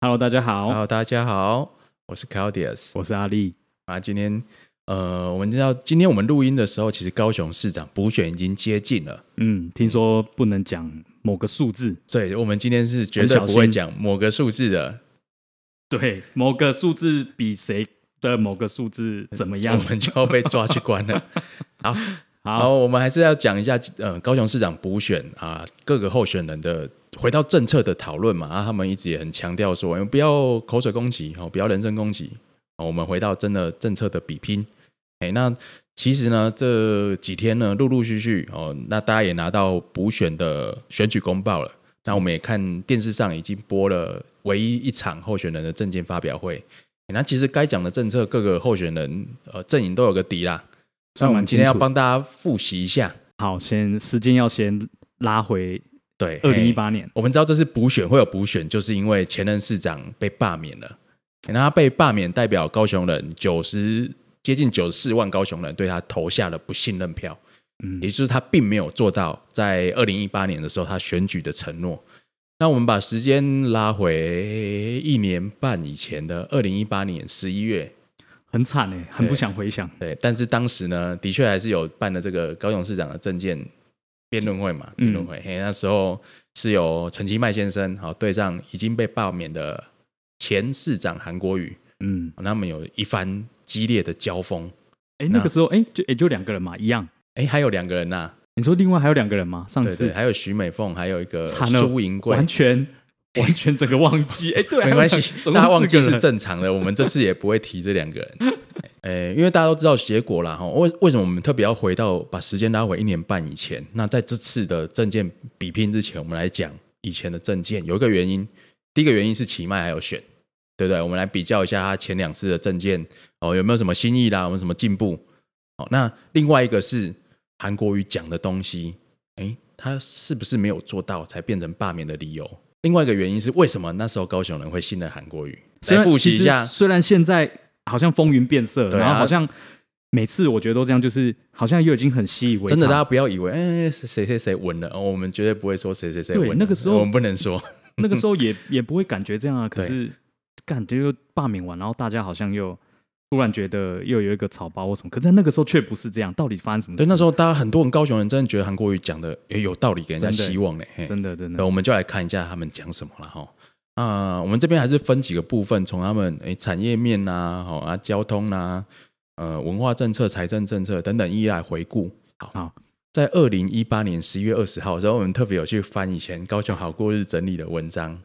Hello，大家好， Hello，大家好，我是 Claudius 我是阿力。啊。今天呃，我们知道今天我们录音的时候，其实高雄市长补选已经接近了，嗯，听说不能讲某个数字，所以我们今天是绝很对小不会心讲某个数字的，对，某个数字比谁的某个数字怎么我样？们就要被抓去关了。好，然好，后我们还是要讲一下，呃，高雄市长补选啊，各个候选人的回到政策的讨论嘛，啊，他们一直也很强调说，哎不要口水攻击哦，不要人身攻击哦，我们回到真的政策的比拼。哎，那其实呢，这几天呢，陆陆续续哦，那大家也拿到补选的选举公报了。那我们也看电视上已经播了唯一一场候选人的政见发表会。哎那其实该讲的政策，各个候选人呃阵营都有个底啦。那算我蛮们今清天要楚。帮大家复习一下，好，先时间要先拉回对，二零一嘿，八年，我们知道这次补选会有补选，就是因为前任市长被罢免了。那他被罢免，代表高雄人九十接近九十四万高雄人对他投下了不信任票，嗯也就是他并没有做到在二零一八年的时候他选举的承诺。那我们把时间拉回一年半以前的二零一八年十一月，很惨哎，很不想回想。对，但是当时呢，的确还是有办了这个高雄市长的证件辩论会嘛，嗯辩论会。嘿，那时候是由陈其迈先生好对上已经被罢免的前市长韩国瑜，哦嗯，那他们有一番激烈的交锋。哎，那那个时候，哎，就也就两个人嘛，一样。哎，还有两个人呐、你说另外还有两个人吗？上对对，次还有徐美凤，还有一个嗯惨了苏银贵，完全完全整个忘记。哎，对，没关系 ，总大家共忘四记个是人。正常的。我们这次也不会提这两个 人，呃、因为大家都知道结果啦。哈，为为什么我们特别要回到把时间拉回一年半以前？那在这次的证件比拼之前，我们来讲以前的证件有一个原因，第一个原因是奇迈还有选，对不对？我们来比较一下他前两次的证件哦，有没有什么新意啦？有没有什么进步？好、那另外一个是韩国瑜讲的东西，诶，他是不是没有做到才变成罢免的理由？另外一个原因是为什么那时候高雄人会信任韩国瑜？虽来然复习一其下实，虽然现在好像风云变色，对啊然后好像每次我觉得都这样，就是好像又已经很习以为常。真的，大家不要以为，哎、谁谁谁稳了、哦，我们绝对不会说谁谁谁对稳了。那个时候我们不能说，那个时候也也不会感觉这样啊。可 对是感觉又罢免完，然后大家好像又突然觉得又有一个草包或什么，可是在那个时候却不是这样。到底发生什么事？对，那时 候大家很多人高雄人真的觉得韩国瑜讲的也有道理，给人家真的希望呢、嘿真的真那的，我们就来看一下他们讲什么了哈。啊、我们这边还是分几个部分，从他们诶产业面呐、啊，好啊交通呐、呃文化政策、财政政策等等一一来回顾。好，好在二零一八年十一月二十号的时候，我们特别有去翻以前高雄好过日整理的文章。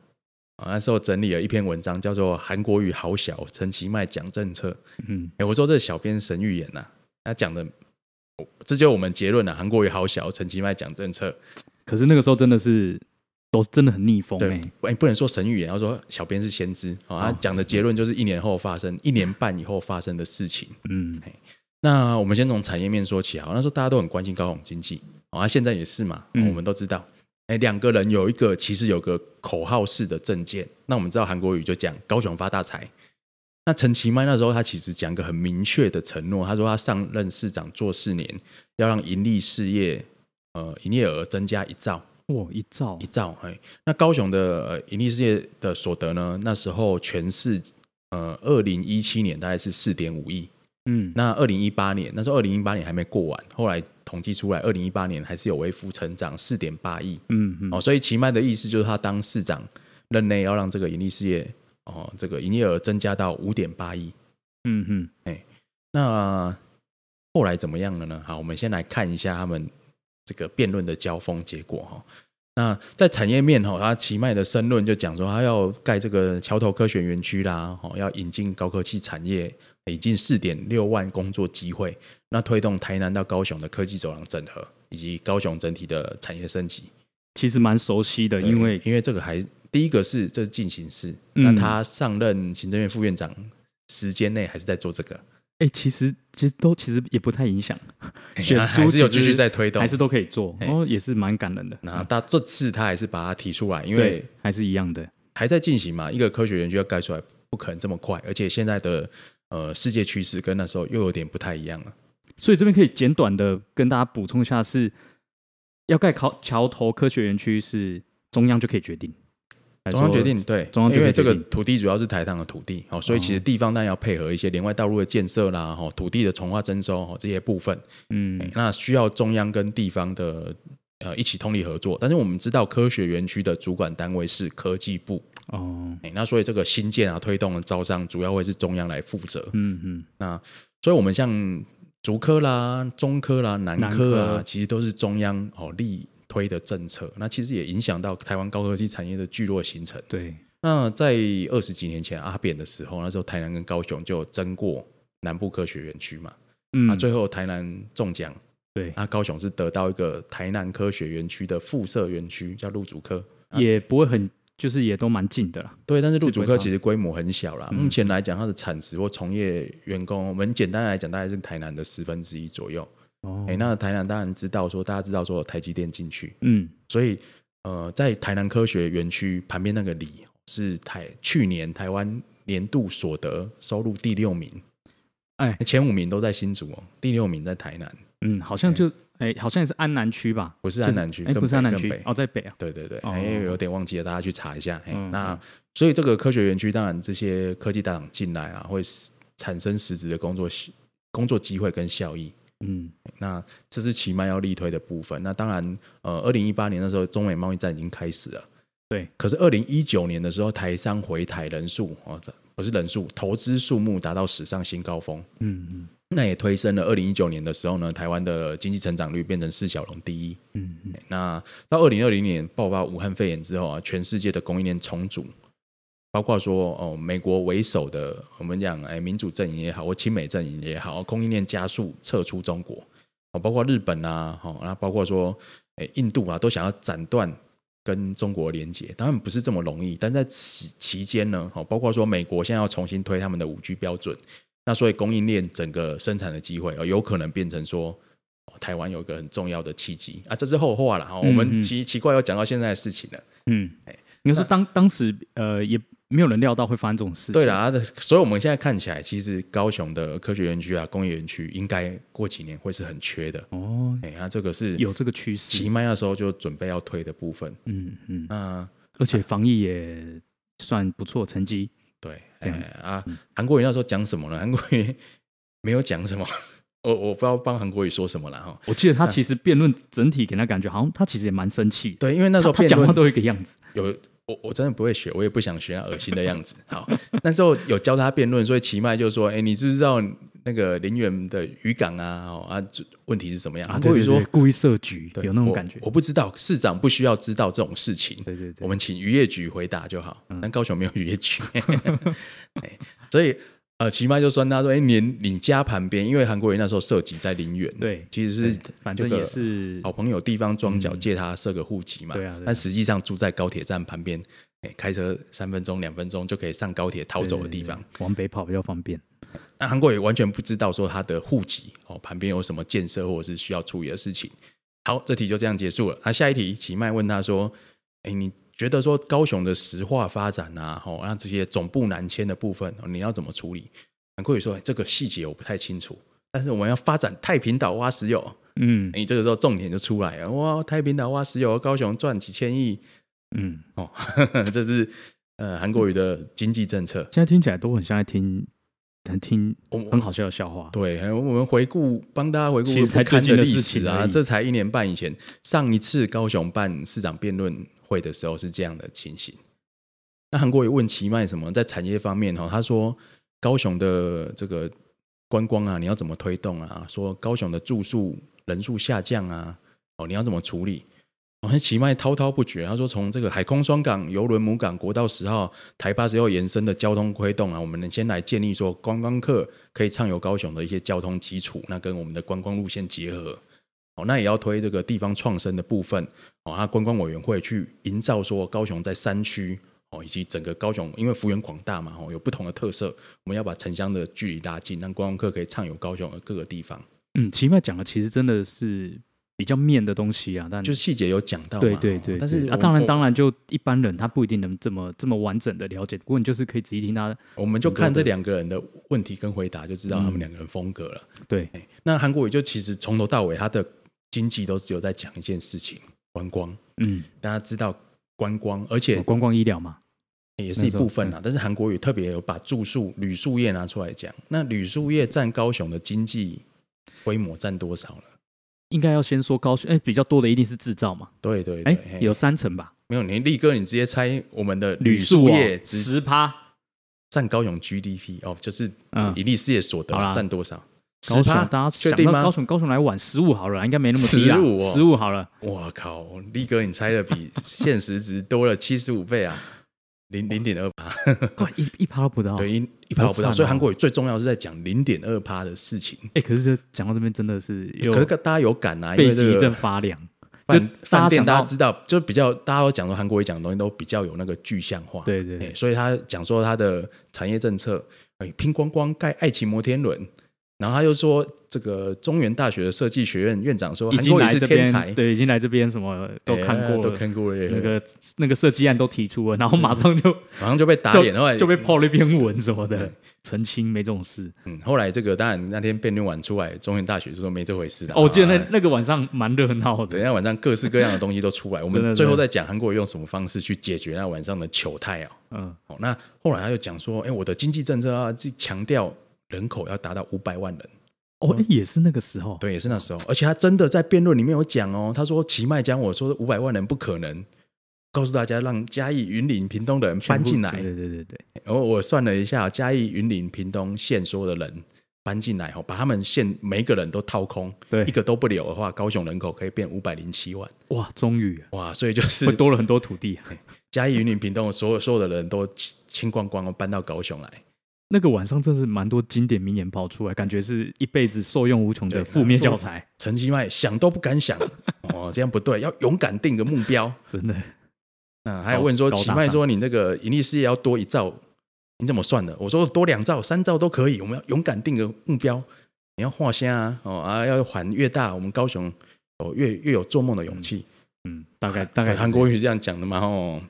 啊，那时候整理了一篇文章，叫做《韩国语好小》，陈其迈讲政策。嗯，哎、我说这小编神预言呐、他讲的，这就是我们结论了、韩国语好小，陈其迈讲政策。可是那个时候真的是都是真的很逆风对哎、，哎、不能说神预言，要说小编是先知哦。他哦讲的结论就是一年后发生，一年半以后发生的事情。嗯，那我们先从产业面说起啊。那时候大家都很关心高雄经济，哦，啊、现在也是嘛，哦嗯我们都知道。哎，两个人有一个其实有个口号式的政见。那我们知道韩国瑜就讲高雄发大财。那陈其迈那时候他其实讲个很明确的承诺，他说他上任市长做四年，要让盈利事业呃营业额增加一兆。哇，一兆一兆，哎，那高雄的呃盈利事业的所得呢？那时候全市呃，二零一七年大概是四点五亿，嗯，那二零一八年那时候二零一八年还没过完，后来统计出来，二零一八年还是有微幅成长四点八亿嗯嗯哦，所以奇迈的意思就是他当市长任内要让这个盈利事业哦，这个营业额增加到五点八亿。嗯嗯，那后来怎么样了呢？好，我们先来看一下他们这个辩论的交锋结果哈。那在产业面哈，他奇迈的申论就讲说，他要盖这个桥头科学园区啦，哦，要引进高科技产业，引进四点六万工作机会，那推动台南到高雄的科技走廊整合，以及高雄整体的产业升级。其实蛮熟悉的，对因为因为这个还第一个是这是进行式，嗯那他上任行政院副院长时间内还是在做这个，哎、其实其实都其实也不太影 响，选书还是有其实继续在推动，还是都可以做，嘿哦，也是蛮感人的。那他这次他还是把它提出来，因为嗯对，还是一样的。还在进行嘛，一个科学园区要盖出来不可能这么快，而且现在的呃世界趋势跟那时候又有点不太一样了。所以这边可以简短的跟大家补充一下是，要盖桥桥头科学园区是中央就可以决定，还中央说决定对，中央决因为这定决个定土地主要是台糖的土地，哦，所以其实地方当然要配合一些连外道路的建设啦，哦，土地的重化征收哦这些部分，嗯那需要中央跟地方的呃一起通力合作。但是我们知道科学园区的主管单位是科技部，哦哎，那所以这个新建啊推动的招商主要会是中央来负责。嗯嗯所以我们像竹科啦、中科啦、南南科啊，科其实都是中央哦力推的政策。那其实也影响到台湾高科技产业的聚落形成。对那在二十几年前阿扁的时候，那时候台南跟高雄就有争过南部科学园区嘛，嗯、啊，最啊后台南中奖，对、那高雄是得到一个台南科学园区的附设园区，叫陆竹科。也不会很就是也都蛮近的啦，对，但是陆是不竹会科差其实规模很小嗯啦，目前来讲它的产值或从业员工，我们简单来讲大概是台南的十分之一左右。哦哎、那台南当然知道说，大家知道说有台积电进去，嗯所以呃，在台南科学园区旁边那个里是台去年台湾年度所得收入第六名，哎前五名都在新竹哦，第六名在台南，嗯，好像就哎、好像也是安南区吧？不是安南区，哎、更不是安北南更区北哦，在北啊，对对对，哦哎、有点忘记了，大家去查一下。哎、嗯那所以这个科学园区，当然这些科技大厂进来啊，会实产生实质的工作工作机会跟效益。嗯那这是奇迈要力推的部分。那当然，呃，二零一八年那时候中美贸易战已经开始了，对。可是二零一九年的时候，台商回台人数哦，不是人数，投资数目达到史上新高峰。嗯嗯那也推升了二零一九年的时候呢，台湾的经济成长率变成四小龙第一。嗯嗯，那到二零二零年爆发武汉肺炎之后啊，全世界的供应链重组，包括说哦，美国为首的我们讲哎民主阵营也好，或亲美阵营也好，供应链加速撤出中国，哦，包括日本啊，哦，然后包括说哎印度啊，都想要斩断。跟中国连接，当然不是这么容易，但在期期间呢，哦，包括说美国现在要重新推他们的五 G 标准，那所以供应链整个生产的机会，哦，有可能变成说哦台湾有一个很重要的契机啊，这是后话了哈。哦我嗯们嗯奇奇怪要讲到现在的事情了，嗯，应该说当当时呃也没有人料到会发生这种事情。对了，啊，所以我们现在看起来，其实高雄的科学园区啊、工业园区，应该过几年会是很缺的。哦，哎、那、这个是有这个趋势奇，迈那时候就准备要推的部分。啊嗯嗯，那而且防疫也算不错成绩，对，这样子嗯哎啊，韩国瑜那时候讲什么呢？韩国瑜没有讲什么， 我我不知道帮韩国瑜说什么了哈。我记得他其实辩论整体给他感觉好像他其实也蛮生气的，对，因为那时候他他辩讲话论都有一个样子，有我我真的不会学，我也不想学那恶心的样子。好，那时候有教他辩论，所以奇迈就说：“哎、你知不知道那个林园的渔港啊？哦啊，这问题是什么样？”啊，韩对国瑜对说对，故意设局，对有那种我感觉我，不知道，市长不需要知道这种事情。对对嗯我对，们请渔业局回答就好。但高雄没有渔业局， 哎所以呃，奇迈就酸他说：“哎、你你家旁边，因为韩国瑜那时候涉及在林园，对其实是对反正这个也是嗯好朋友地方庄脚借他设个户籍嘛。对啊对啊但实际上住在高铁站旁边，哎、开车三分钟、两分钟就可以上高铁逃走的地方。往北跑比较方便，那韩国也完全不知道说他的户籍哦旁边有什么建设或者是需要处理的事情。好，这题就这样结束了。那、下一题，奇迈问他说：“哎，你觉得说高雄的石化发展啊，哦，那这些总部南迁的部分，哦你要怎么处理？”韩国也说：“哎这个细节我不太清楚，但是我们要发展太平岛挖石油。 嗯你这个时候重点就出来了，哇，太平岛挖石油，高雄赚几千亿 嗯，哦，呵呵这是呃韩国瑜的经济政策。现在听起来都很像在听，很听我们很好笑的笑话，对，还有我们回顾帮大家回顾啊其实才不堪最近的历事史情啊，而已这才一年半以前，上一次高雄办市长辩论会的时候是这样的情形。那韩国也问奇迈什么在产业方面哈、哦，他说高雄的这个观光啊，你要怎么推动啊？说高雄的住宿人数下降啊，哦，你要怎么处理？好像奇迈滔滔不绝，他说从这个海空双港、邮轮母港、国道十号、台八十六延伸的交通推动啊，我们先来建立说观光客可以畅游高雄的一些交通基础，那跟我们的观光路线结合。哦，那也要推这个地方创生的部分哦，它观光委员会去营造说高雄在山区哦，以及整个高雄，因为幅员广大嘛，哦，有不同的特色，我们要把城乡的距离拉近，让观光客可以畅游高雄的各个地方。嗯，奇迈讲的其实真的是比较面的东西啊，但就是细节有讲到嘛，对对对，哦但是对啊，我当然我当然，就一般人他不一定能这么这么完整的了解，不过你就是可以仔细听他，我们就看这两个人的问题跟回答，就知道他们两个人风格了。对，哎那韩国瑜就其实从头到尾，他的经济都只有在讲一件事情：观光。嗯，大家知道观光，而且观光医疗嘛，嗯也是一部分啊啦。但是韩国瑜特别有把住宿旅宿业拿出来讲，那旅宿业占高雄的经济规模占多少呢？应该要先说高雄，哎、比较多的一定是制造嘛，对对对，哎、嘿有三成吧，没有？你力哥，你直接猜我们的旅宿哦啊宿业只十趴，占高雄 GDP 哦，就是嗯以利事业所得好啦占多少？高雄10%大家确想定到吗高？雄，高雄来晚十五好了啦，应该没那么低啦， 15哦十五好了，我靠，力哥，你猜的比现实值多了七十五倍啊，零零点二趴，快 一一趴都不到。对，一一趴都好不惨到。哦所以韩国瑜最重要是在讲零点二趴的事情。哎、可是这讲到这边真的是又可是大家有感啊，因背为这脊一阵个发凉，就饭饭大家店想大家到知道，就比较大家都讲说韩国瑜讲的东西都比较有那个具象化，对对对哎所以他讲说他的产业政策，哎，拼光光盖爱情摩天轮，然后他又说这个中原大学的设计学院院长说已韩经国瑜来是这天边才，，对，已经来这边什么都哎看过了，都看过了，那个那个设计案都提出了，然后马上就、马上就被打就脸，哎后来就被泡了一篇文什么的对，澄清没这种事。嗯，后来这个当然那天辩论完出来，中原大学就说没这回事啦哦，我记得那啊那个晚上蛮热闹等一的，下晚上各式各样的东西都出来，我 真们的最后真的再讲韩国瑜用什么方式去解决那晚上的糗态啊。嗯，哦，那后来他又讲说，哎、我的经济政策啊，就强调人口要达到五百万人，哦，诶也是那个时候，对，也是那时候，而且他真的在辩论里面有讲哦，他说齐麦讲我说五百万人不可能，告诉大家让嘉义、云林、屏东的人全搬部进来，对对对对，然后我算了一下，嘉义、云林、屏东县所有的人搬进来哦，把他们县每一个人都掏空，对一个都不留的话，高雄人口可以变五百零七万，对哇，终于啊哇，所以就是会多了很多土地。啊嘉义、云林、屏东所有所有的人都清清光光哦，搬到高雄来。那个晚上真是蛮多经典名言跑出来，感觉是一辈子受用无穷的对负面教材，陈其迈想都不敢想，哦，这样不对，要勇敢定个目标。真的。嗯，还有问说，高高大其上迈说你那个盈利事业要多一兆，你怎么算的？我说多两兆、三兆都可以，我们要勇敢定个目标。你要画虾啊，哦啊，要还越大，我们高雄哦越越有做梦的勇气。嗯，大概大概是韩国瑜是这样讲的嘛？哦，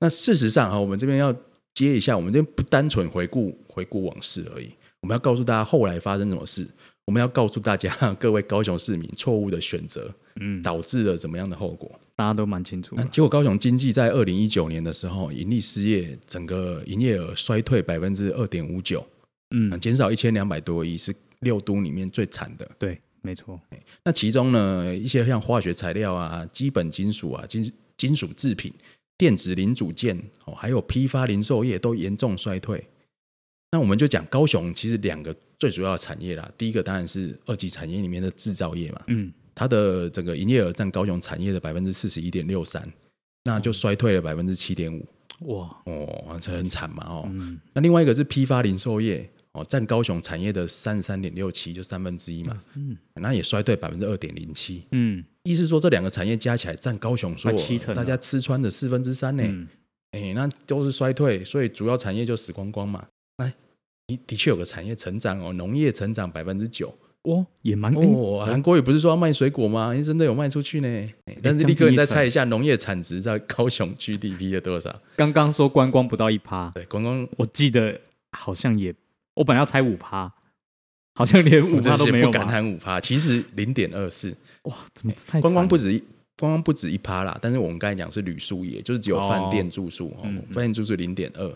那事实上哈、我们这边要接一下，我们这边不单纯回顾回顾往事而已，我们要告诉大家后来发生什么事，我们要告诉大家各位高雄市民错误的选择。这样嗯，嗯导致了怎么样的后果？大家都蛮清楚那的。结果高雄经济在二零一九年的时候，盈利失业整个营业额衰退百分之二点五九，嗯呃，减少一千两百多亿，是六都里面最惨的。对，没错，那其中呢，一些像化学材料啊、基本金属啊、金金属制品、电子零组件哦，还有批发零售业都严重衰退。那我们就讲高雄其实两个最主要的产业啦，第一个当然是二级产业里面的制造业嘛，嗯，它的整个营业额占高雄产业的百分之四十一点六三，那就衰退了百分之七点五，哇，哦，这很惨嘛哦。嗯，那另外一个是批发零售业，哦，占高雄产业的三十三点六七，就三分之一嘛，嗯那也衰退百分之二点零七，嗯，意思说这两个产业加起来占高雄所有快七成了大家吃穿的四分之三呢，嗯，哎、那都是衰退，所以主要产业就死光光嘛。哎，你的确有个产业成长哦，农业成长百分之九，哇，也蛮哦，哦，韩国也不是说要卖水果吗？哎诶真的有卖出去呢。诶但是将力哥，近你再一成猜一下农业产值在高雄 GDP 的多少？刚刚说观光不到一趴，对，光光我记得好像也，我本来要猜五趴，好像连五我这趴都些没不有敢吧？喊五趴，其实零点二四，哇，怎么太光光不惨了止一。光光不止一趴啦，但是我们刚才讲是旅宿业，就是只有饭店住宿，哦嗯饭店住宿零点二，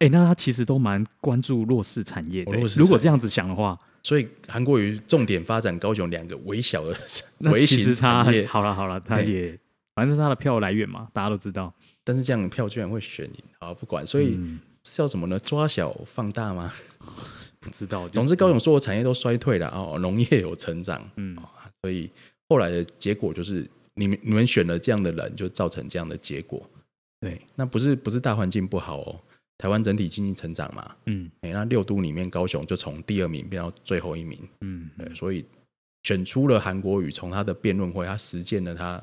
哎，那他其实都蛮关注弱势产业的哦弱势。产业如果这样子想的话，所以韩国瑜重点发展高雄两个 微小的那微其型实他产业，好了好了，他哎也反正是他的票来源嘛，大家都知道。但是这样的票居然会选赢，好不管，所以嗯是叫什么呢？抓小放大吗？不知道，就总之，高雄所有产业都衰退了哦，农业有成长，嗯哦，所以后来的结果就是你们你们选了这样的人，就造成这样的结果。哎对，那不是不是大环境不好哦，台湾整体经济成长嘛，嗯哎，那六都里面高雄就从第二名变到最后一名，嗯，对，所以选出了韩国瑜，从他的辩论会，他实践了他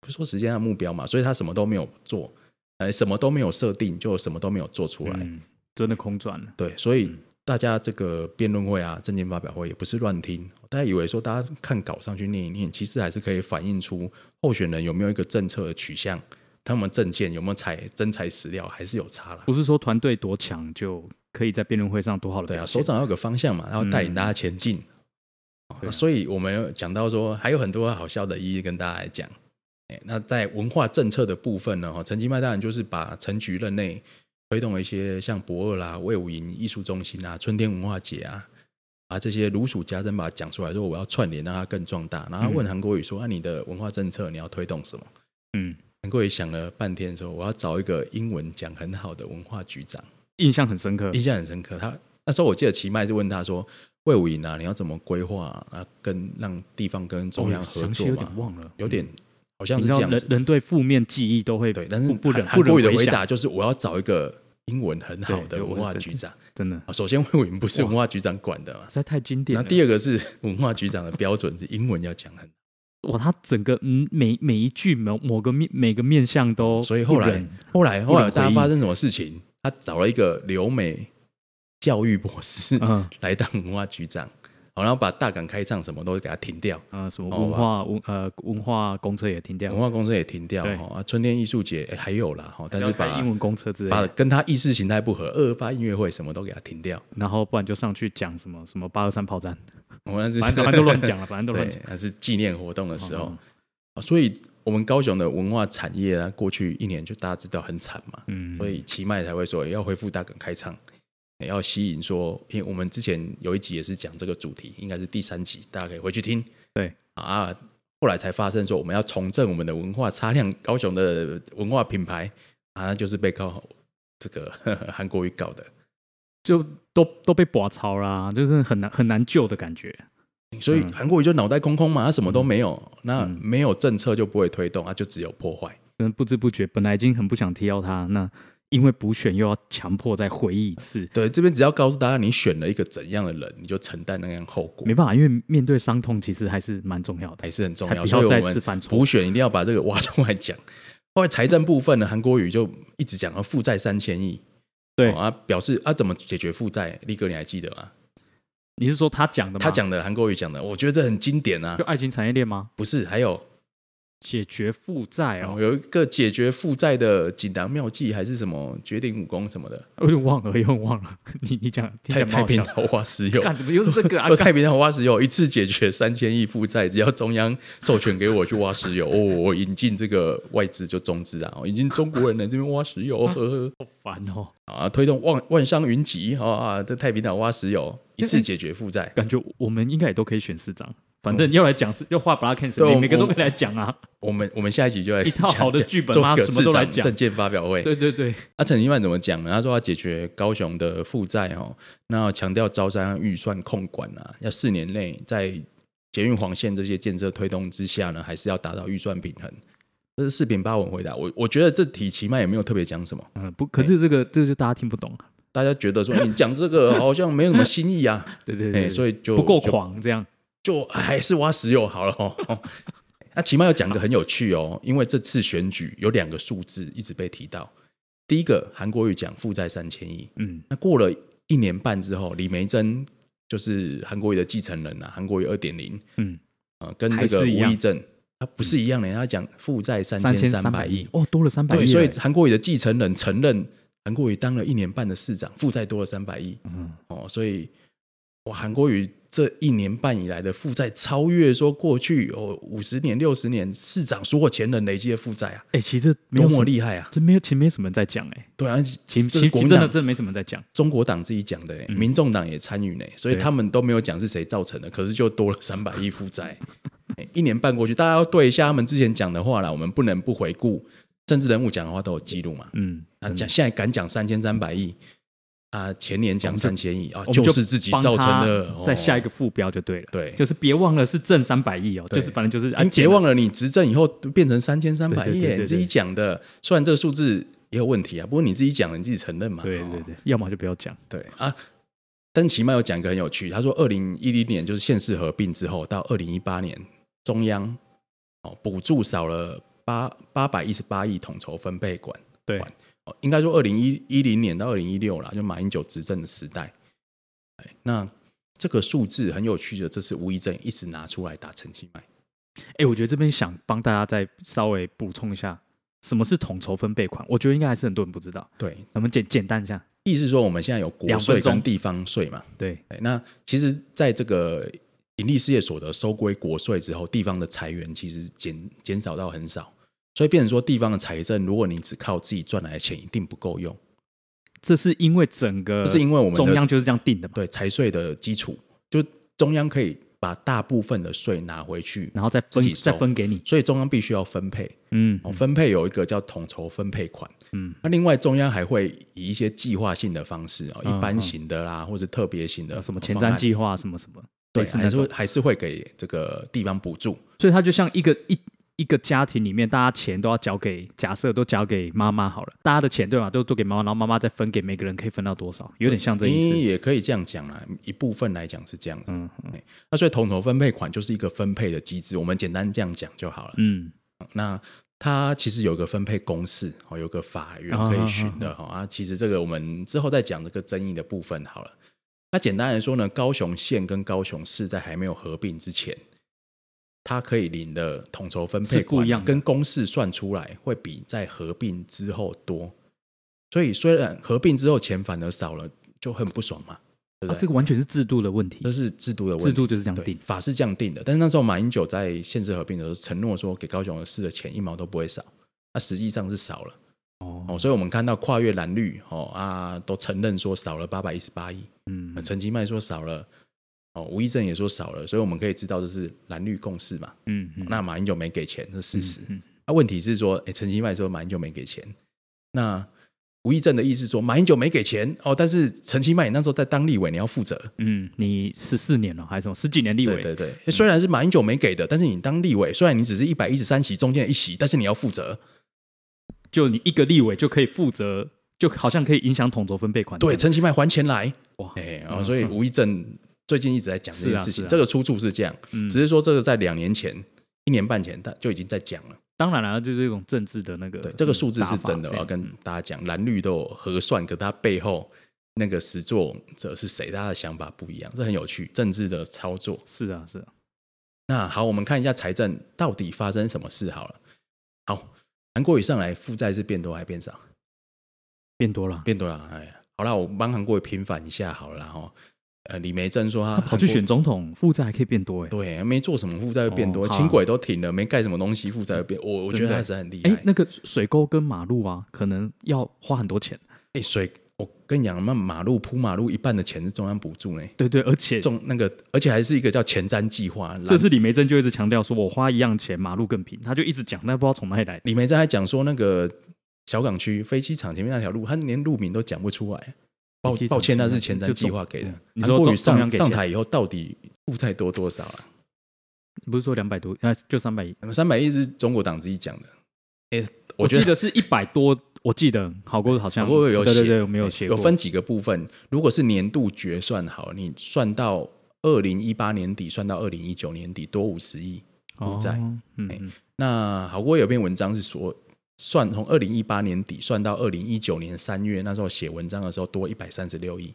不是说实践他的目标嘛，所以他什么都没有做，呃，什么都没有设定，就什么都没有做出来，嗯真的空转了。对，所以大家这个辩论会啊、证件发表会也不是乱听，大家以为说大家看稿上去念一念，其实还是可以反映出候选人有没有一个政策的取向，他们证件有没有采真材实料，还是有差啦。不是说团队多强就可以在辩论会上多好的对啊，表首现。长要有个方向嘛，然后带领大家前进。哦那所以我们有讲到说，还有很多好笑的意义跟大家来哦讲。哎那在文化政策的部分呢，哈，陈其迈当然就是把陈局任内推动了一些像博二啦、魏武营艺术中心啊、春天文化节啊，把这些如数家珍把它讲出来，说我要串联，让它更壮大。然后他问韩国瑜说：“啊，你的文化政策你要推动什么嗯，？”韩国瑜想了半天说：“我要找一个英文讲很好的文化局长。”印象很深刻印。象很深刻。他那时候我记得齐麦就问他说：“魏武营啊，你要怎么规划啊？啊跟让地方跟中央合详细作哦有嘛？”点忘了，有点好像你是知道这样人子。人对负面记忆都会对，但是不不忍韩不韩国瑜忍的回想答，就是我要找一个英文很好对的对我文化是局长。真的啊首先，魏武营不是文化局长管的嘛实。在太经典了。然后第二个是 文化局长的标准是英文要讲很哇，他整个嗯每每一句某某个面每个面相都好，所以后不来忍后来不后来忍大家回发应生什么事情？他找了一个留美教育博士嗯来当文化局长，好，然后把大港开唱什么都给他停掉。呃什么哦文化文呃文化公车也停掉文，化公司也停掉对哈、啊，春天艺术节、哎还有啦哈，但还要是开把英文公车之类把的，跟他意识形态不合，二二八音乐会什么都给他停掉，然后不然就上去讲什么什么八二三炮战，我那是反 正反正都乱讲了，反正都乱对讲。，那是纪念活动的时候哦，啊所以我们高雄的文化产业啊，过去一年就大家知道很惨嘛，嗯，所以奇迈才会说要恢复大港开唱，也要吸引说，因为我们之前有一集也是讲这个主题，应该是第三集，大家可以回去听对啊。后来才发生说我们要重振我们的文化擦亮高雄的文化品牌啊，就是被高这个 呵呵韩国瑜搞的，就都都被拔超啦，就是很难很难救的感觉。所以嗯韩国瑜就脑袋空空嘛，他啊什么都没有，那嗯没有政策就不会推动，啊他就只有破坏。嗯，不知不觉本来已经很不想提到他，那因为补选又要强迫再回忆一次，对，这边只要告诉大家你选了一个怎样的人，你就承担那样后果没。办法，因为面对伤痛其实还是蛮重要的还。是很重才要，不所以要再我次们犯错补选一定要把这个挖出来讲。后来财政部分呢，韩国瑜就一直讲要负债三千亿，对哦啊，表示啊怎么解决负债？力哥你还记得吗？你是说他讲的吗？他讲的韩国瑜讲的，我觉得这很经典啊就。爱情产业链吗？不是，还有、解决负债哦，有一个解决负债的锦囊妙计，还是什么绝顶武功什么的，我有点忘了，有点忘了。 你你讲，听起太来太蛮好平笑桃花石油的。，哦干怎么又是这 个啊？太平洋挖石油，一次解决三千亿负债，只要中央授权给我去挖石油，哦，我引进这个外资就中资啊，我引进中国人来这边挖石油，呵呵好烦哦，啊，推动万万商云集啊啊，在太平洋挖石油，一次解决负债。感觉我们应该也都可以选市长，反正要来讲是要画 black and 嗯对 white，每个都我可以来讲啊。我们我们下一集就来一套讲好的讲剧本做妈个什么都来市长讲政见发表会。对对对，啊，陈一曼怎么讲呢？他说要解决高雄的负债哦，那强调招商预算控管啊，要四年内在捷运黄线这些建设推动之下呢，还是要达到预算平衡。这是四平八稳回答。我我觉得这题其麦也没有特别讲什么，嗯，不，可是这哎个这个就大家听不懂啊。大家觉 得说你讲这个好像没有什么新意啊，对对哎、对，所以以就不够就狂这样。就还是挖石油好了哦。哦那起码要讲个很有趣哦，因为这次选举有两个数字一直被提到。第一个，韩国瑜讲负债三千亿，嗯，那过了一年半之后，李梅珍就是韩国瑜的继承人啊，韩国瑜二点零，嗯，啊，跟这还个是一吴样益政，他不是一样的，他讲负债三三千千三三百百亿亿，，哦，多了三百亿对，了。所以韩国瑜的继承人承认韩国瑜当了一年半的市长，负债多了三百亿，嗯，哦，所以我韩国瑜这一年半以来的负债超越说过去哦五十年六十年市长所有前人累积的负债啊，哎，其实没多有什么么，厉害啊！这没有，其实没什么人在讲哎，对啊，其这其是其国真民的党真的没什么人在讲。中国党自己讲的、欸，民众党也参与呢，所以对他们都没有讲是谁造成的，可是就多了三百亿负债、 欸一年半过去，大家要对一下他们之前讲的话啦，我们不能不回顾政治人物讲的话都有记录嘛。嗯，啊，真的讲现在敢讲三千三百亿啊，前年讲三千亿啊，我们就是自己造成的帮。他再下一个，个副标就对了。对就是别忘了是挣三百亿哦，对就是反正就是啊，你别忘了你执政以后变成三千三百亿对对对欸，对你自己讲的，虽然这个数字也有问题啊，不过你自己讲的，你自己承认嘛。对哦对对，要么就不要讲。对啊，但奇迈有讲一个很有趣，他说二零一零年就是县市合并之后，到二零一八年，中央哦补助少了八八百一十八亿统筹分配管，对，哦，应该说二零一一零年到二零一六啦，就马英九执政的时代，哎，那这个数字很有趣的，这是吴益政一直拿出来打陈其迈。哎，我觉得这边想帮大家再稍微补充一下，什么是统筹分配款？我觉得应该还是很多人不知道，对，咱们简简单一下。意思是说我们现在有国两税分钟跟地方税嘛，对，哎，那其实在这个盈利事业所得收归国税之后，地方的财源其实减减少到很少，所以变成说地方的财政，如果你只靠自己赚来的钱，一定不够用。这是因为整个这是因为我们的中央就是这样定的嘛，对财税的基础，就中央可以把大部分的税拿回去，然后再自分己收再分给你，所以中央必须要分配。嗯，哦，分配有一个叫统筹分配款，嗯，那另外中央还会以一些计划性的方式哦，一般型的啦，或者特别型的嗯哦什么前瞻划，计划什么什么，对，类似还那是种会还是会给这个地方补助，所以它就像一个一一个家庭里面，大家钱都要交给，假设都交给妈妈好了，大家的钱对吧？都都给妈妈，然后妈妈再分给每个人可以分到多少，有点像这意你思。也可以这样讲啦，一部分来讲是这样子，嗯那所以统筹分配款就是一个分配的机制，我们简单这样讲就好了。嗯，那它其实有一个分配公式，哦，有个法源可以循的哈啊。其实这个我们之后再讲这个争议的部分好了。那简单来说呢，高雄县跟高雄市在还没有合并之前，它可以领的统筹分配是不一样的款跟公式算出来会比在合并之后多。所以虽然合并之后钱反而少了，就很不爽嘛，对不啊，对？这个完全是制度的问题这，是制度的问题，制度就是这样对，定。法是这样定的。但是那时候马英九在县市合并的时候承诺说，给高雄市的钱一毛都不会少，那、实际上是少了哦，哦。所以我们看到跨越蓝绿哦啊，都承认说少了八百一十八亿，嗯呃，陈其迈说少了，哦，吴益政也说少了，所以我们可以知道这是蓝绿共识嘛。嗯嗯，那马英九没给钱这是事实，嗯那、问题是说，哎，陈其迈说马英九没给钱，那。吴益政的意思说，马英九没给钱哦，但是陈其迈你那时候在当立委，你要负责。嗯，你十四年了还是什么十几年立委？对对对，虽然是马英九没给的，但是你当立委，虽然你只是一百一十三席中间的一席，但是你要负责。就你一个立委就可以负责，就好像可以影响统筹分配款这对，样。陈其迈还钱来，哇，哎、哦，所以吴益政最近一直在讲这件事是啊情。是啊这个出处是这样，只是说这个在两年前、一年半前，他就已经在讲了。当然了，就是这种政治的那个对，这个数字是打法真的，这我样要跟大家讲，蓝绿都有核算，可它背后那个实作者是谁，大家的想法不一样，这很有趣，政治的操作。是啊是啊，那好，我们看一下财政到底发生什么事好了。好，韩国瑜上来，负债是变多还变少？变多了，变多了，哎，好啦，我帮韩国瑜平反一下好了啦，然后呃，李梅珍说他他跑去韩国选，总统，负债还可以变多哎。对，没做什么负债会变多，哦好啊轻轨都停了，没盖什么东西，负债会变，我我觉真得的他是很厉害。哎、哎、那个水沟跟马路啊，可能要花很多钱。水，我跟你讲，那马路铺马路一半的钱是中央补助呢，对对，而且中那个，而且还是一个叫前瞻计划，这次李梅珍就一直强调说，我花一样钱，马路更平，他就一直讲，但不知道从哪里来的。李梅珍还讲说，那个小港区飞机场前面那条路，他连路名都讲不出来。抱飞机场抱歉，那是前前面瞻计划就给的嗯。你韩说国中瑜中央上给上钱台以后，到底负债多多少啊？不是说两百多，呃，就三百亿。三百亿是中国党自己讲的。哎，我觉记得得是一百多，我记得好过好像不过有对写，对对，我没有写过。有分几个部分。如果是年度决算好，你算到二零一八年底，算到二零一九年底，多五十亿。负债哦，嗯哎嗯那好过有篇文章是说，算从二零一八年底算到二零一九年三月，那时候写文章的时候多一百三十六亿。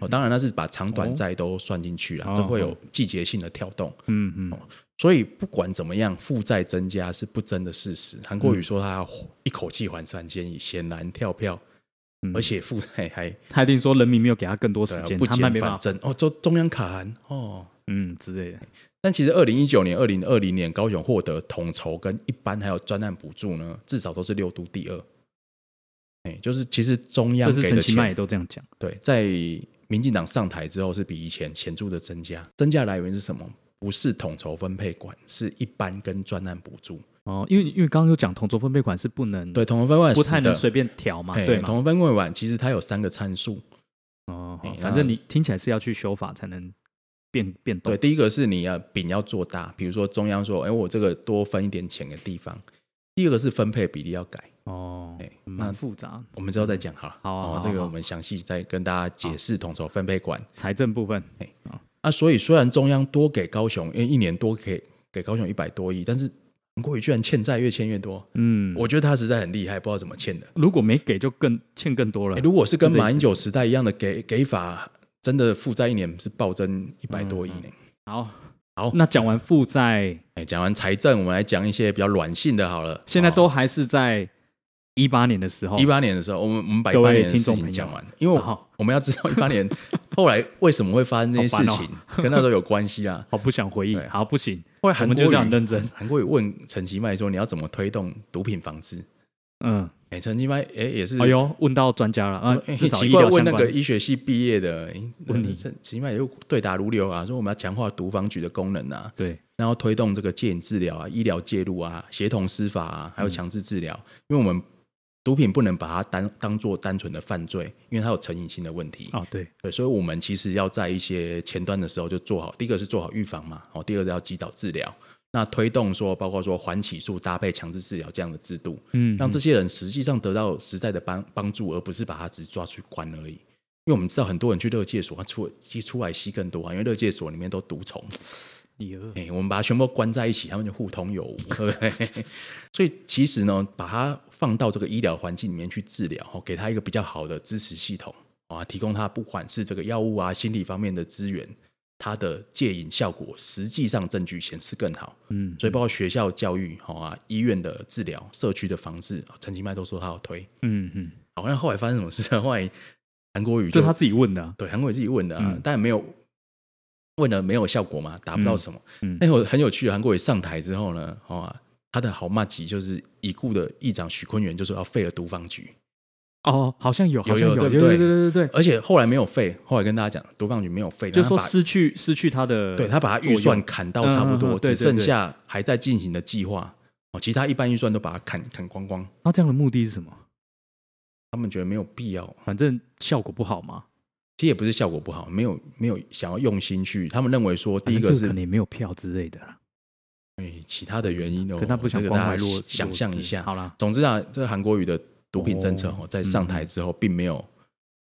哦，当然那是把长短债都算进去了，嗯哦这会有季节性的跳动。嗯哦嗯，所以不管怎么样，负债增加是不争的事实。韩国嗯瑜说他要一口气还三千亿，显然跳票，嗯而且负债还他一定说人民没有给他更多时对啊间，不他们减没办反法，增哦，中中央卡韩哦。嗯之类的。但其实，二零一九年、二零二零年，高雄获得统筹跟一般还有专案补助呢，至少都是六都第二。哎、就是其实中央这次给陈的其迈钱也，都这样讲，对，在民进党上台之后，是比以前显著的增加。增加来源是什么？不是统筹分配管，是一般跟专案补助。哦，因为因为刚刚有讲统筹分配款是不能，对，统筹分配管不太是的能随便调嘛，哎对统嘛？筹分配管其实它有三个参数，哦哎，反正你听起来是要去修法才能变变动对，。第一个是你要饼要做大，比如说中央说，哎，我这个多分一点钱给地方。第二个是分配比例要改，哦哎，那蛮复杂。我们之后再讲好了。好啊好啊哦，这好个啊我们详细再跟大家解释统筹分配管。财政部分，啊，所以虽然中央多给高雄，因为一年多给给高雄一百多亿，但是韩国瑜居然欠债越欠越多，嗯，我觉得他实在很厉害，不知道怎么欠的。如果没给就更欠更多了哎。如果是跟是这意思马英九时代一样的给给法，真的负债一年是暴增一百多亿嗯呢。好，好那讲完负债，哎、讲完财政，我们来讲一些比较软性的好了。现在哦都还是在一八年的时候一，八年的时候，我们我们把一各八位年的听事众情朋讲友完，因为然后我我们要知道一八年后来为什么会发生这些事 好哦情，跟那时候有关系 啊。好不想回忆对，好不行，后来我韩们国就 瑜这样认真。韩国瑜问陈其迈说：“你要怎么推动毒品防治嗯，？”哎、陈金发哎也是哎呦，问到专家了啊哎，至少奇医怪疗问相那个关。医学系毕业的，哎问你呃陈陈金发也有对答如流啊，说我们要强化毒防局的功能啊，对，然后推动这个戒瘾治疗啊、嗯医疗介入啊、协同司法啊，还有强制治疗，因为我们毒品不能把它当当做单纯的犯罪，因为它有成瘾性的问题。哦对，对，所以我们其实要在一些前端的时候就做好，第一个是做好预防嘛，哦，第二个要及早治疗。那推动说，包括说缓起诉搭配强制治疗这样的制度，嗯，让这些人实际上得到实在的帮帮助，而不是把他只抓去关而已。因为我们知道很多人去乐界所，他出吸出来吸更多啊，因为乐界所里面都毒虫，你二哎、我们把它全部关在一起，他们就互通有无，对不对？ 所以其实呢，把它放到这个医疗环境里面去治疗，哦，给他一个比较好的支持系统啊，提供他不管是这个药物啊、心理方面的资源，他的戒瘾效果实际上证据显示更好。嗯，所以包括学校教育，好、啊，医院的治疗、社区的防治，哦陈其迈都说他要推。嗯嗯，好像后来发生什么事？ 后来韩国瑜就就他自己问的啊，对韩国瑜自己问的、啊，嗯但没有问了没有效果嘛，达不到什么。嗯嗯那会儿很有趣，韩国瑜上台之后呢，哦啊、他的好骂集就是已故的议长许昆元就说要废了毒防局，哦，好像有，好像有对有不对对对对对对，而且后来没有废，后来跟大家讲毒防局没有废，就是说但他把失去失去他的，对他把他预算，砍到差不嗯嗯多，嗯对只剩下还在进行的计划哦，其他一般预算都把它砍砍光光，那这样的目的是什么？他们觉得没有必要。反正效果不好嘛，其实也不是效果不好，没有没有想要用心去，他们认为说第一反个正这是可能也没有票之类的啦，哎其他的原因哦，可他不想这个关大怀家弱，想象一下弱势。好啦，总之啊，这个韩国瑜的毒品政策哦哦，在上台之后，并没有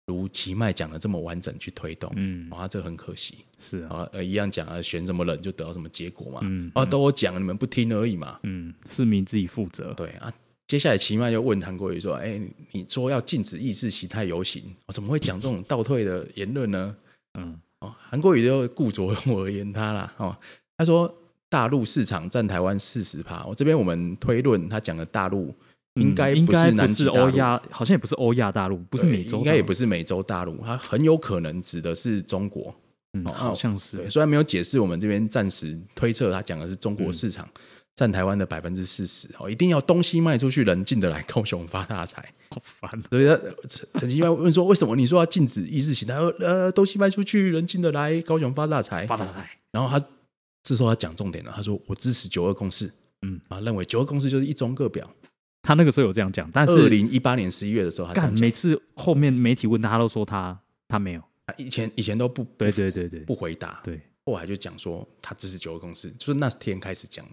如其迈讲的这么完整去推动，嗯，啊，这很可惜。是啊，啊，呃，一样讲啊，选什么人就得到什么结果嘛，嗯啊，都我讲了，你们不听而已嘛，嗯，市民自己负责，对啊。接下来，奇迈又问韩国瑜说：“哎、你说要禁止意识形态游行，我怎么会讲这种倒退的言论呢？”嗯，哦，韩国瑜就顾左右而言他啦。哦，他说大陆市场占台湾四十趴，哦我、这边我们推论他讲的大陆应该嗯应不是该南不极是大陆欧亚，好像也不是欧亚大陆，不不是美洲大陆，应该也不是美洲大陆，它很有可能指的是中国。嗯，哦好像是对，，虽然没有解释，我们这边暂时推测他讲的是中嗯国市场占台湾的百分之四十哦，一定要东西卖出去，人进得来，高雄发大财。好烦哦，所以他陈陈其迈问说，为什么你说要禁止意识形态？他说呃，东西卖出去，人进得来，高雄发大财。发大财，然后他这时候他讲重点了，他说我支持九二共识，嗯啊，认为九二共识就是一中各表。他那个时候有这样讲，但二是零一八年十一月的时候，他这干样讲每次后面媒体问他，他都说他他没有，啊以前以前都不对对对对不回答，对，后来就讲说他支持九二共识，就是那天开始讲的。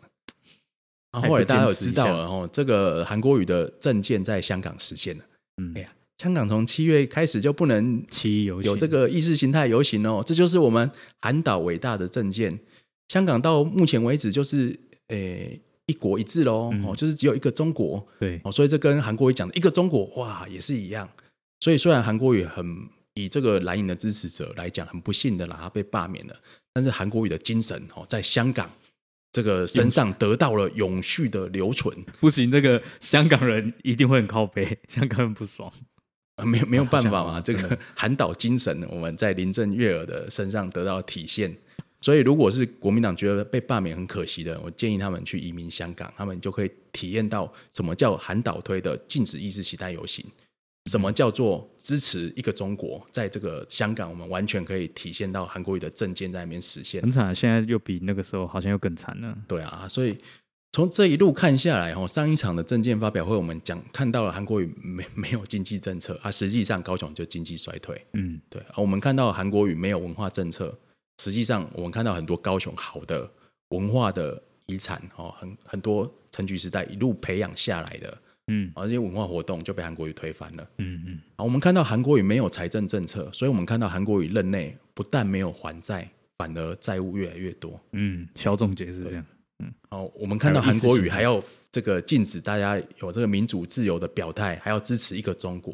然还后后来不坚大家有持知一道下了哦，这个韩国语的证件在香港实现了。嗯哎，呀，香港从七月开始就不能七一游行有这个意识形态游行哦，这就是我们韩岛伟大的证件。香港到目前为止就是诶一国一制喽，嗯哦，就是只有一个中国对，哦，所以这跟韩国瑜讲的一个中国哇也是一样。所以虽然韩国瑜很以这个蓝营的支持者来讲很不幸的啦，他被罢免了，但是韩国瑜的精神哦在香港这个身上得到了永续的留存，不行，这个香港人一定会很靠背， 香港人不爽。啊，没有没有办法好嘛，像哦这真个 的韩岛精神，我们在林郑月娥的身上得到体现。所以，如果是国民党觉得被罢免很可惜的，我建议他们去移民香港，他们就可以体验到什么叫韩岛推的禁止意识形态游行，什么叫做支持一个中国。在这个香港，我们完全可以体现到韩国语的政见在那边实现很。惨，现在又比那个时候好像又更惨了。对啊，所以从这一路看下来，哦，上一场的证件发表会，我们讲看到了韩国瑜没没有经济政策啊，实际上高雄就经济衰退。嗯，对，啊我们看到韩国语没有文化政策，实际上我们看到很多高雄好的文化的遗产哦，很很多陈菊时代一路培养下来的，哦嗯而、这些文化活动就被韩国语推翻了。嗯嗯，啊，我们看到韩国语没有财政政策，所以我们看到韩国语任内不但没有还债，反而债务越来越多。嗯，小总结是这样。哦，我们看到韩国语还要这个禁止大家有这个民主自由的表态，还要支持一个中国，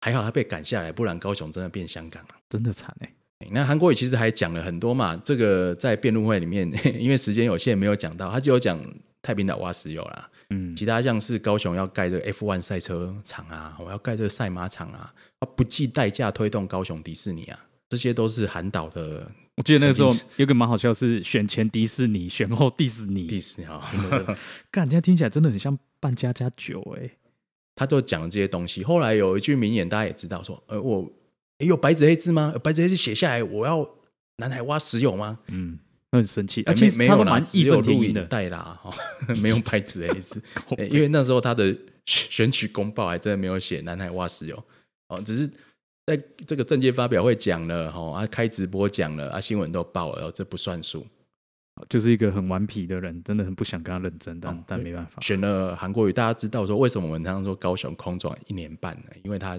还好他被赶下来，不然高雄真的变香港了。真的惨哎、那韩国瑜其实还讲了很多嘛，这个在辩论会里面， 因为时间有限没有讲到，他只有讲太平岛挖石油啦，嗯其他像是高雄要盖这个 F1 赛车场啊，我要盖这个赛马场啊，啊不计代价推动高雄迪士尼啊，这些都是韩岛的我记得那个时候有个蛮好笑的是，选前迪士尼，选后迪士迪尼。 士尼啊，干，这样听起来真的很像扮家家酒哎、他就讲这些东西。后来有一句名言，大家也知道，说：“呃，我诶有白纸黑字吗？有呃白纸黑字写下来，我要南海挖石油吗？”嗯，很生气，哎而且没没他有都啦，蛮只义有愤填录膺影的，哦带啦，哈、 没有白纸黑 字靠欸因为那时候他的选举公报还真的没有写南海挖石油，哦，只是在这个政界发表会讲了，哈、啊，开直播讲了，啊，新闻都报了，哦这不算数。就是一个很顽皮的人，真的很不想跟他认真，但、哦但没办法，选了韩国瑜，大家知道说为什么我们常常说高雄空转一年半呢？因为他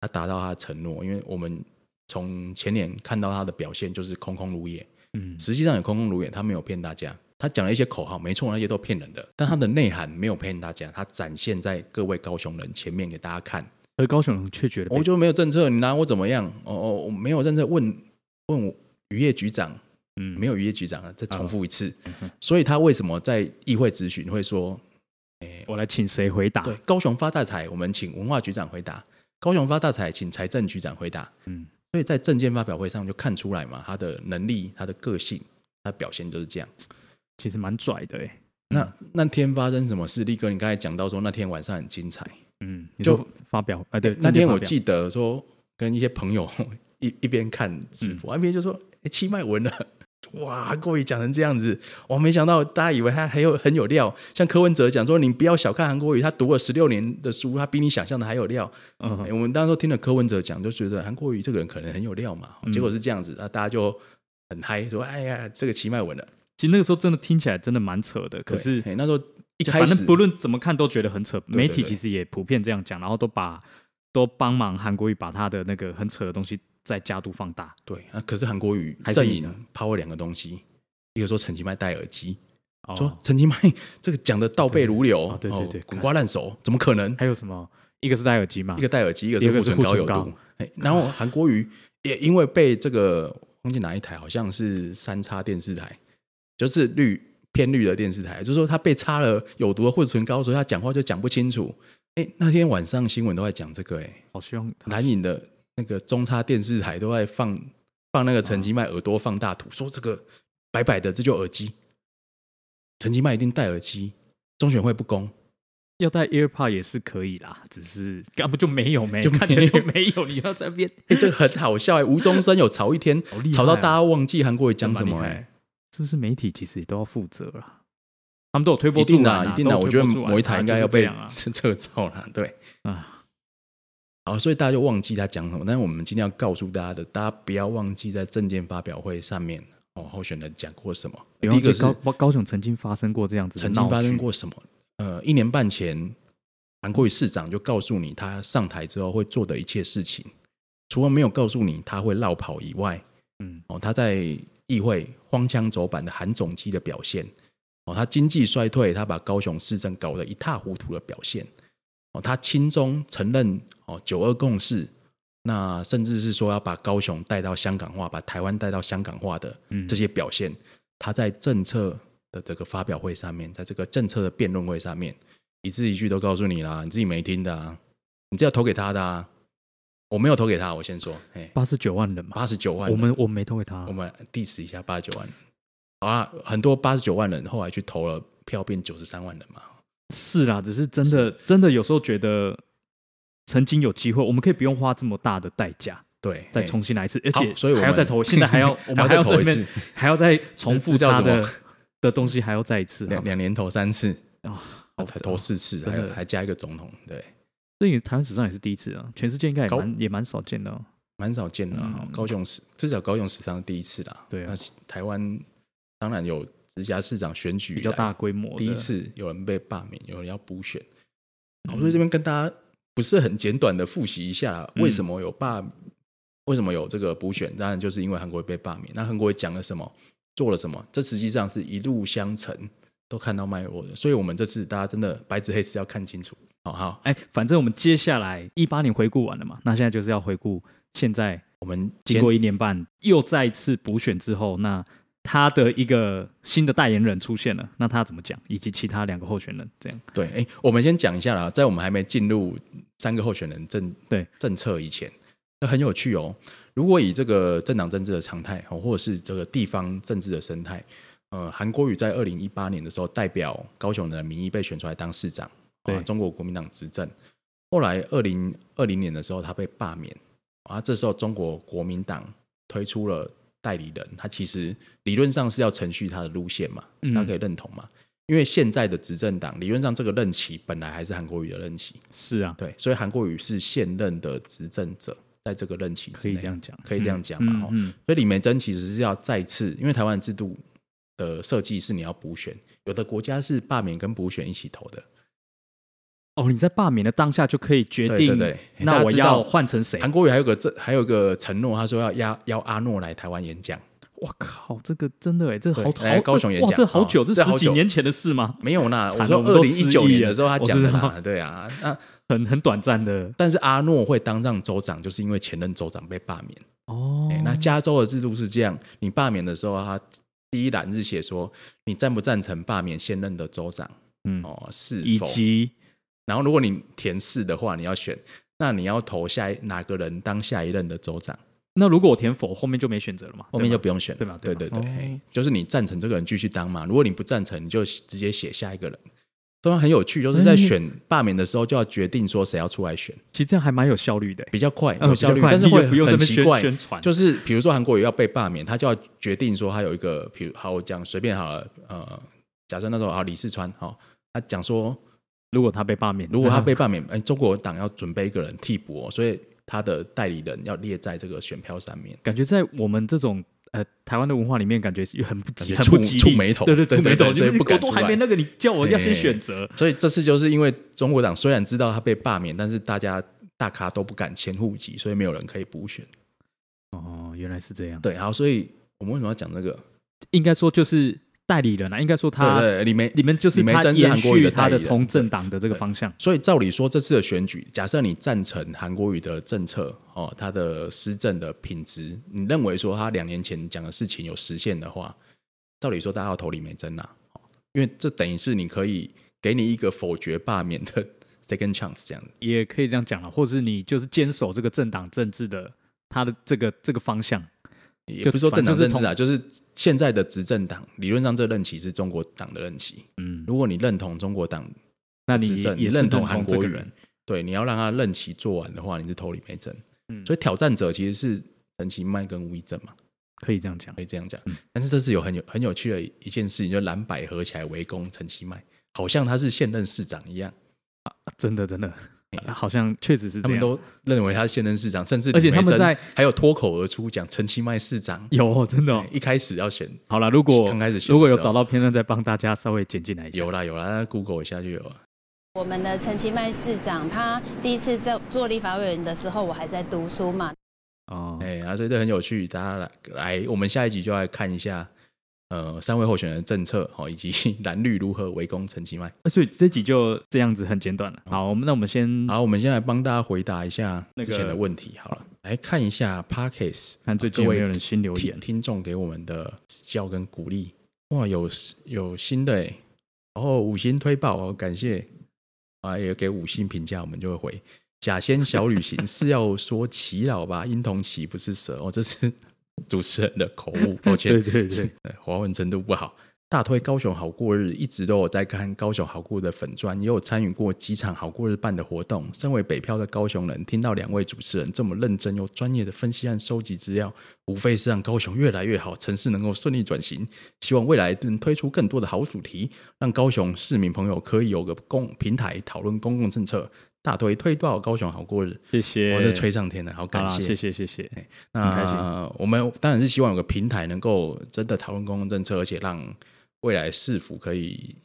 他达到他的承诺，因为我们从前年看到他的表现就是空空如也，嗯，实际上也空空如也，他没有骗大家。他讲了一些口号，没错，那些都骗人的，但他的内涵没有骗大家，他展现在各位高雄人前面给大家看。而高雄人却觉得被我就没有政策，你拿我怎么样？哦哦，我没有政策，问问我渔业局长，嗯没有有渔业局长啊，再重复一次。所以他为什么在议会咨询会说我来请谁回答？对，高雄发大财，我们请文化局长回答；高雄发大财，请财政局长回答。嗯，所以在政见发表会上就看出来嘛，他的能力、他的个性、他的表现就是这样。其实蛮拽的哎、欸，那那天发生什么事？力哥，你刚才讲到说那天晚上很精彩。嗯，你就说发表哎对，那政见天发我表记得说跟一些朋友 一一边看直嗯播，一边就说：“哎，七麦文了。” 哇，韩国瑜讲成这样子，我没想到大家以为他很有很有料。像柯文哲讲说，你不要小看韩国瑜，他读了十六年的书，他比你想象的还有料。嗯欸我们当时候听了柯文哲讲，就觉得韩国瑜这个人可能很有料嘛。嗯结果是这样子，啊，大家就很嗨，说哎呀，这个齐麦文了。其实那个时候真的听起来真的蛮扯的，可是对欸那时候一就开反始正不论怎么看都觉得很扯。对媒体对其实也普遍这样讲，然后都把都帮忙韩国瑜把他的那个很扯的东西再加度放大。对啊，可是韩国瑜还是阵赢了营抛了两个东西，一个说陈其迈戴耳机，哦说陈其迈这个讲的倒背如流，啊对对对哦滚瓜烂熟，怎么可能？还有什么？一个是戴耳机嘛一，个戴耳机，一个第是二个护是唇膏护唇有毒膏。哎，然后韩国瑜也因为被这个忘记哪一台，好像是三叉电视台，就是绿偏绿的电视台，就是说他被插了有毒的护唇膏，所以他讲话就讲不清楚。哎，那天晚上新闻都在讲这个，哎，好希望南影的那个中叉电视台都在放放那个陈其迈耳朵放大图，说这个白白的这就耳机，陈其迈一定戴耳机，中选会不公。 要戴 AirPod 也是可以啦，只是根本就没有没，就没有看起来就没有，你要在那边欸、这个很好笑哎、无中生有吵一天好厉害，哦吵到大家忘记韩国瑜讲什么蛮哎、厉害是不是媒体其实也都要负责啦？他们都有推波一助定澜的、啊、一定的、的、我觉得某一台应该要被啊 撤照了，对。啊，好，所以大家就忘记他讲什么，但是我们今天要告诉大家的，大家不要忘记在证件发表会上面哦，候选人讲过什么。比第方一说个是高高高雄曾经发生过这样子的曾闹经剧，发生过什么？呃，一年半前，韩国瑜市长就告诉你他上台之后会做的一切事情，除了没有告诉你他会绕跑以外，嗯，哦，他在议会荒腔走板的韩总机的表现，哦，他经济衰退，他把高雄市政搞得一塌糊涂的表现，哦，他亲中承认哦九二共识，那甚至是说要把高雄带到香港化，把台湾带到香港化的嗯这些表现，他在政策的这个发表会上面，在这个政策的辩论会上面，一字一句都告诉你啦，你自己没听的啊，你这要投给他的啊，我没有投给他，我先说，哎，八十九万人嘛，八十九万我人，们我们没投给他，我们 diss 一下八十九万人。好啦，很多八十九万人后来去投了票，变九十三万人嘛。是啦，只是真的真的有时候觉得曾经有机会，我们可以不用花这么大的代价对，再嘿重新来一次，而好且所以我还要们再 投，现在还 要我们还还要在要再投里一面次，还要再重复这叫他什的么的东西，还要再一次两啊两年投三次，啊！哦才投四次，真还的有还加一个总统，对，这也台湾史上也是第一次啊，全世界应该也高蛮也蛮少见的哦。蛮少见的哈、嗯高雄史至少高雄史上第一次啦。对啊那台湾当然有直辖市长选举比较以来大规模的第一，次有人被罢免，有人要补选。嗯好，所以这边跟大家不是很简短的复习一下，嗯为什么有罢，为什么有这个补选？当然就是因为韩国瑜被罢免。那韩国瑜讲了什么，做了什么？这实际上是一路相承，都看到脉络的。所以我们这次大家真的白纸黑字要看清楚。好好，哎，反正我们接下来一八年回顾完了嘛，那现在就是要回顾现在我们经过一年半又再一次补选之后，那他的一个新的代言人出现了，那他怎么讲，以及其他两个候选人这样？对，哎，我们先讲一下啦，在我们还没进入三个候选人政对政策以前，那很有趣哦。如果以这个政党政治的常态，哦或者是这个地方政治的生态，呃，韩国瑜在二零一八年的时候代表高雄的民意被选出来当市长，哦对啊中国国民党执政。后来二零二零年的时候，他被罢免，啊，这时候中国国民党推出了代理人，他其实理论上是要程序他的路线嘛，嗯他可以认同嘛，因为现在的执政党理论上这个任期本来还是韩国瑜的任期，是啊，对，所以韩国瑜是现任的执政者，在这个任期可之以内这样讲，可以这样讲嘛，嗯吼嗯所以李梅珍其实是要再次，因为台湾制度的设计是你要补选，有的国家是罢免跟补选一起投的。哦，你在罢免的当下就可以决对对定对，大那家我知道要换成谁？韩国瑜还有个这还有个承诺，他说要邀邀阿诺来台湾演讲，我靠，这个真的哎，这好对来好高雄这演哇，讲这好哦久，这十好几久年前的事吗？没有啦，惨我了说我们二都零一失九忆年了的时候他我讲知的道啦，对啊，那很很短暂的但是阿诺会当上州长，就是因为前任州长被罢免。哦哎，那加州的制度是这样，你罢免的时候，他第一栏是写说你赞不赞成罢免现任的州长嗯，哦，是以否及然后如果你填是的话，你要选，那你要投下一哪个人当下一任的州长，那如果我填否，后面就没选择了嘛，后面对就吗不用选了，对吧对对吧对对，哦嘿就是你赞成这个人继续当嘛，如果你不赞成，你就直接写下一个人。当然很有趣，就是在哎选罢免的时候就要决定说谁要出来选，其实这样还蛮有效率的欸，比较快嗯有效比率，较快但是你也会不用很这边奇宣怪。宣传就是比如说韩国瑜要被罢免，他就要决定说他有一个，比如好我讲随便好了，呃，假设那时候啊李世川好，他讲说如果他被罢免，如 果他被罢免，哎、中国党要准备一个人替补、哦，所以他的代理人要列在这个选票上面。感觉在我很这种呃台湾的文化里面，感觉是很不吉，感很觉不触吉利触眉头对对，对触眉头，对对所以你不敢我都出还来没那个，你叫我要先哎选择，所以这次就是因为中国党虽然知道他被罢免，但是大家大咖都不敢迁户籍，所以没有人可以补选。哦，原来是这样，对，好，所以我们为什么要讲这个？应该说就是代理人啊，应该说他对对，李梅你们就是李梅他珍是延韩国瑜续的他代理的人同政党的这个方向，所以照理说，这次的选举，假设你赞成韩国瑜的政策哦，他的施政的品质，你认为说他两年前讲的事情有实现的话，照理说大家要投李美珍啦、哦因为这等于是你可以给你一个否决罢免的 second chance 这样子。也可以这样讲了，或是你就是坚守这个政党政治的他的这个这个方向，也就不是说政党反正就是政治啊，就是现在的执政党，理论上这任期是中国党的任期。嗯，如果你认同中国党那你执政，你也是认同韩韩这国个瑜人，，对，你要让他任期做完的话，你是投李美珍。嗯所以挑战者其实是陈其迈跟吴怡正嘛，可以这样讲可，以这样讲嗯。但是这次有很有很有趣的一件事情，就是蓝白合起来围攻陈其迈，好像他是现任市长一样，啊真的真的，啊好像确实是这他们样。都认为他是现任市长，甚至而且李梅他们珍在还有脱口而出讲陈其迈市长，有哦真的哦，一开始要选好了，如果刚开始选的如果有时候找到片段，再帮大家稍微剪进来一下。有啦有啦那，Google 一下就有了。我们的陈其迈市长，他第一次在做立法委员的时候，我还在读书嘛，哦，哎、啊，所以这很有趣，大家来来，我们下一集就来看一下，呃，三位候选人的政策，哦好、以及 蓝绿如何围攻陈其迈。哎所以这集就这样子很简短了。好，我们那我们先好，我们先来帮大家回答一下那之个前的问题，好了，来看一下 Parkes 看最近有没有人新留言听。听众给我们的指教跟鼓励，哇，有有新的哎，然、后五星推爆哦，感谢啊，也给五星评价，我们就会回。假仙小旅行是要说祈祷吧， 音同祈不是蛇哦，这是 主持人的口误，抱歉，对对对， 华文程度不好。大推高雄好过日，一直都有在看高雄好过日的粉砖，也有参与过几场好过日办的活动。身为北漂的高雄人，听到两位主持人这么认真又专业的分析和收集资料，无非是让高雄越来越好，城市能够顺利转型。希望未来能推出更多的好主题，让高雄市民朋友可以有个公平台讨论公共政策。大推推爆高雄好过日，谢谢，我是吹上天了，好好感啦，谢，哎谢谢谢谢。那很开心我们当然是希望有个平台能够真的讨论公共政策，而且让未来市府可以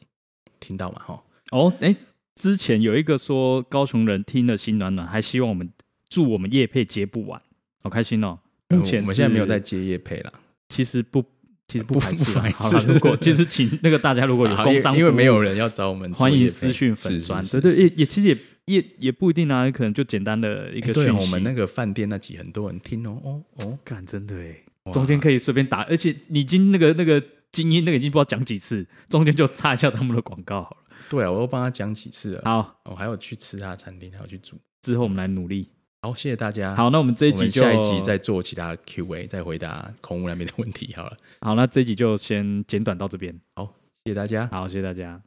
听到嘛，哈。哦，哎，之前有一个说高雄人听了心暖暖，还希望我们祝我们叶配接不完，好开心哦。目前呃我们现在没有是在，接业配啦，其实不，其实不不排斥不啊。排好啦斥如果就是请那个大家如果有啊工商因为因为服务没有人要找我们做欢业迎配私讯粉砖，是是对对，是是也也其实也也也不一定啊，可能就简单的一哎个对讯哦息。我们那个饭店那集很多人听哦，哦哦，干真的哎，哇中间可以随便打，而且你已经那个那个精英那个已经不知道讲几次，中间就插一下他们的广告好了。对啊，我又帮他讲几次了，哦好，我还有去吃他的餐厅，还有去煮。之后我们来努力。好，谢谢大家。好，，那我们这一我集们就下一集再做其他 Q&A，再回答空屋那边的问题好了。好，那这一集就先简短到这边。好，谢谢大家。好，谢谢大家。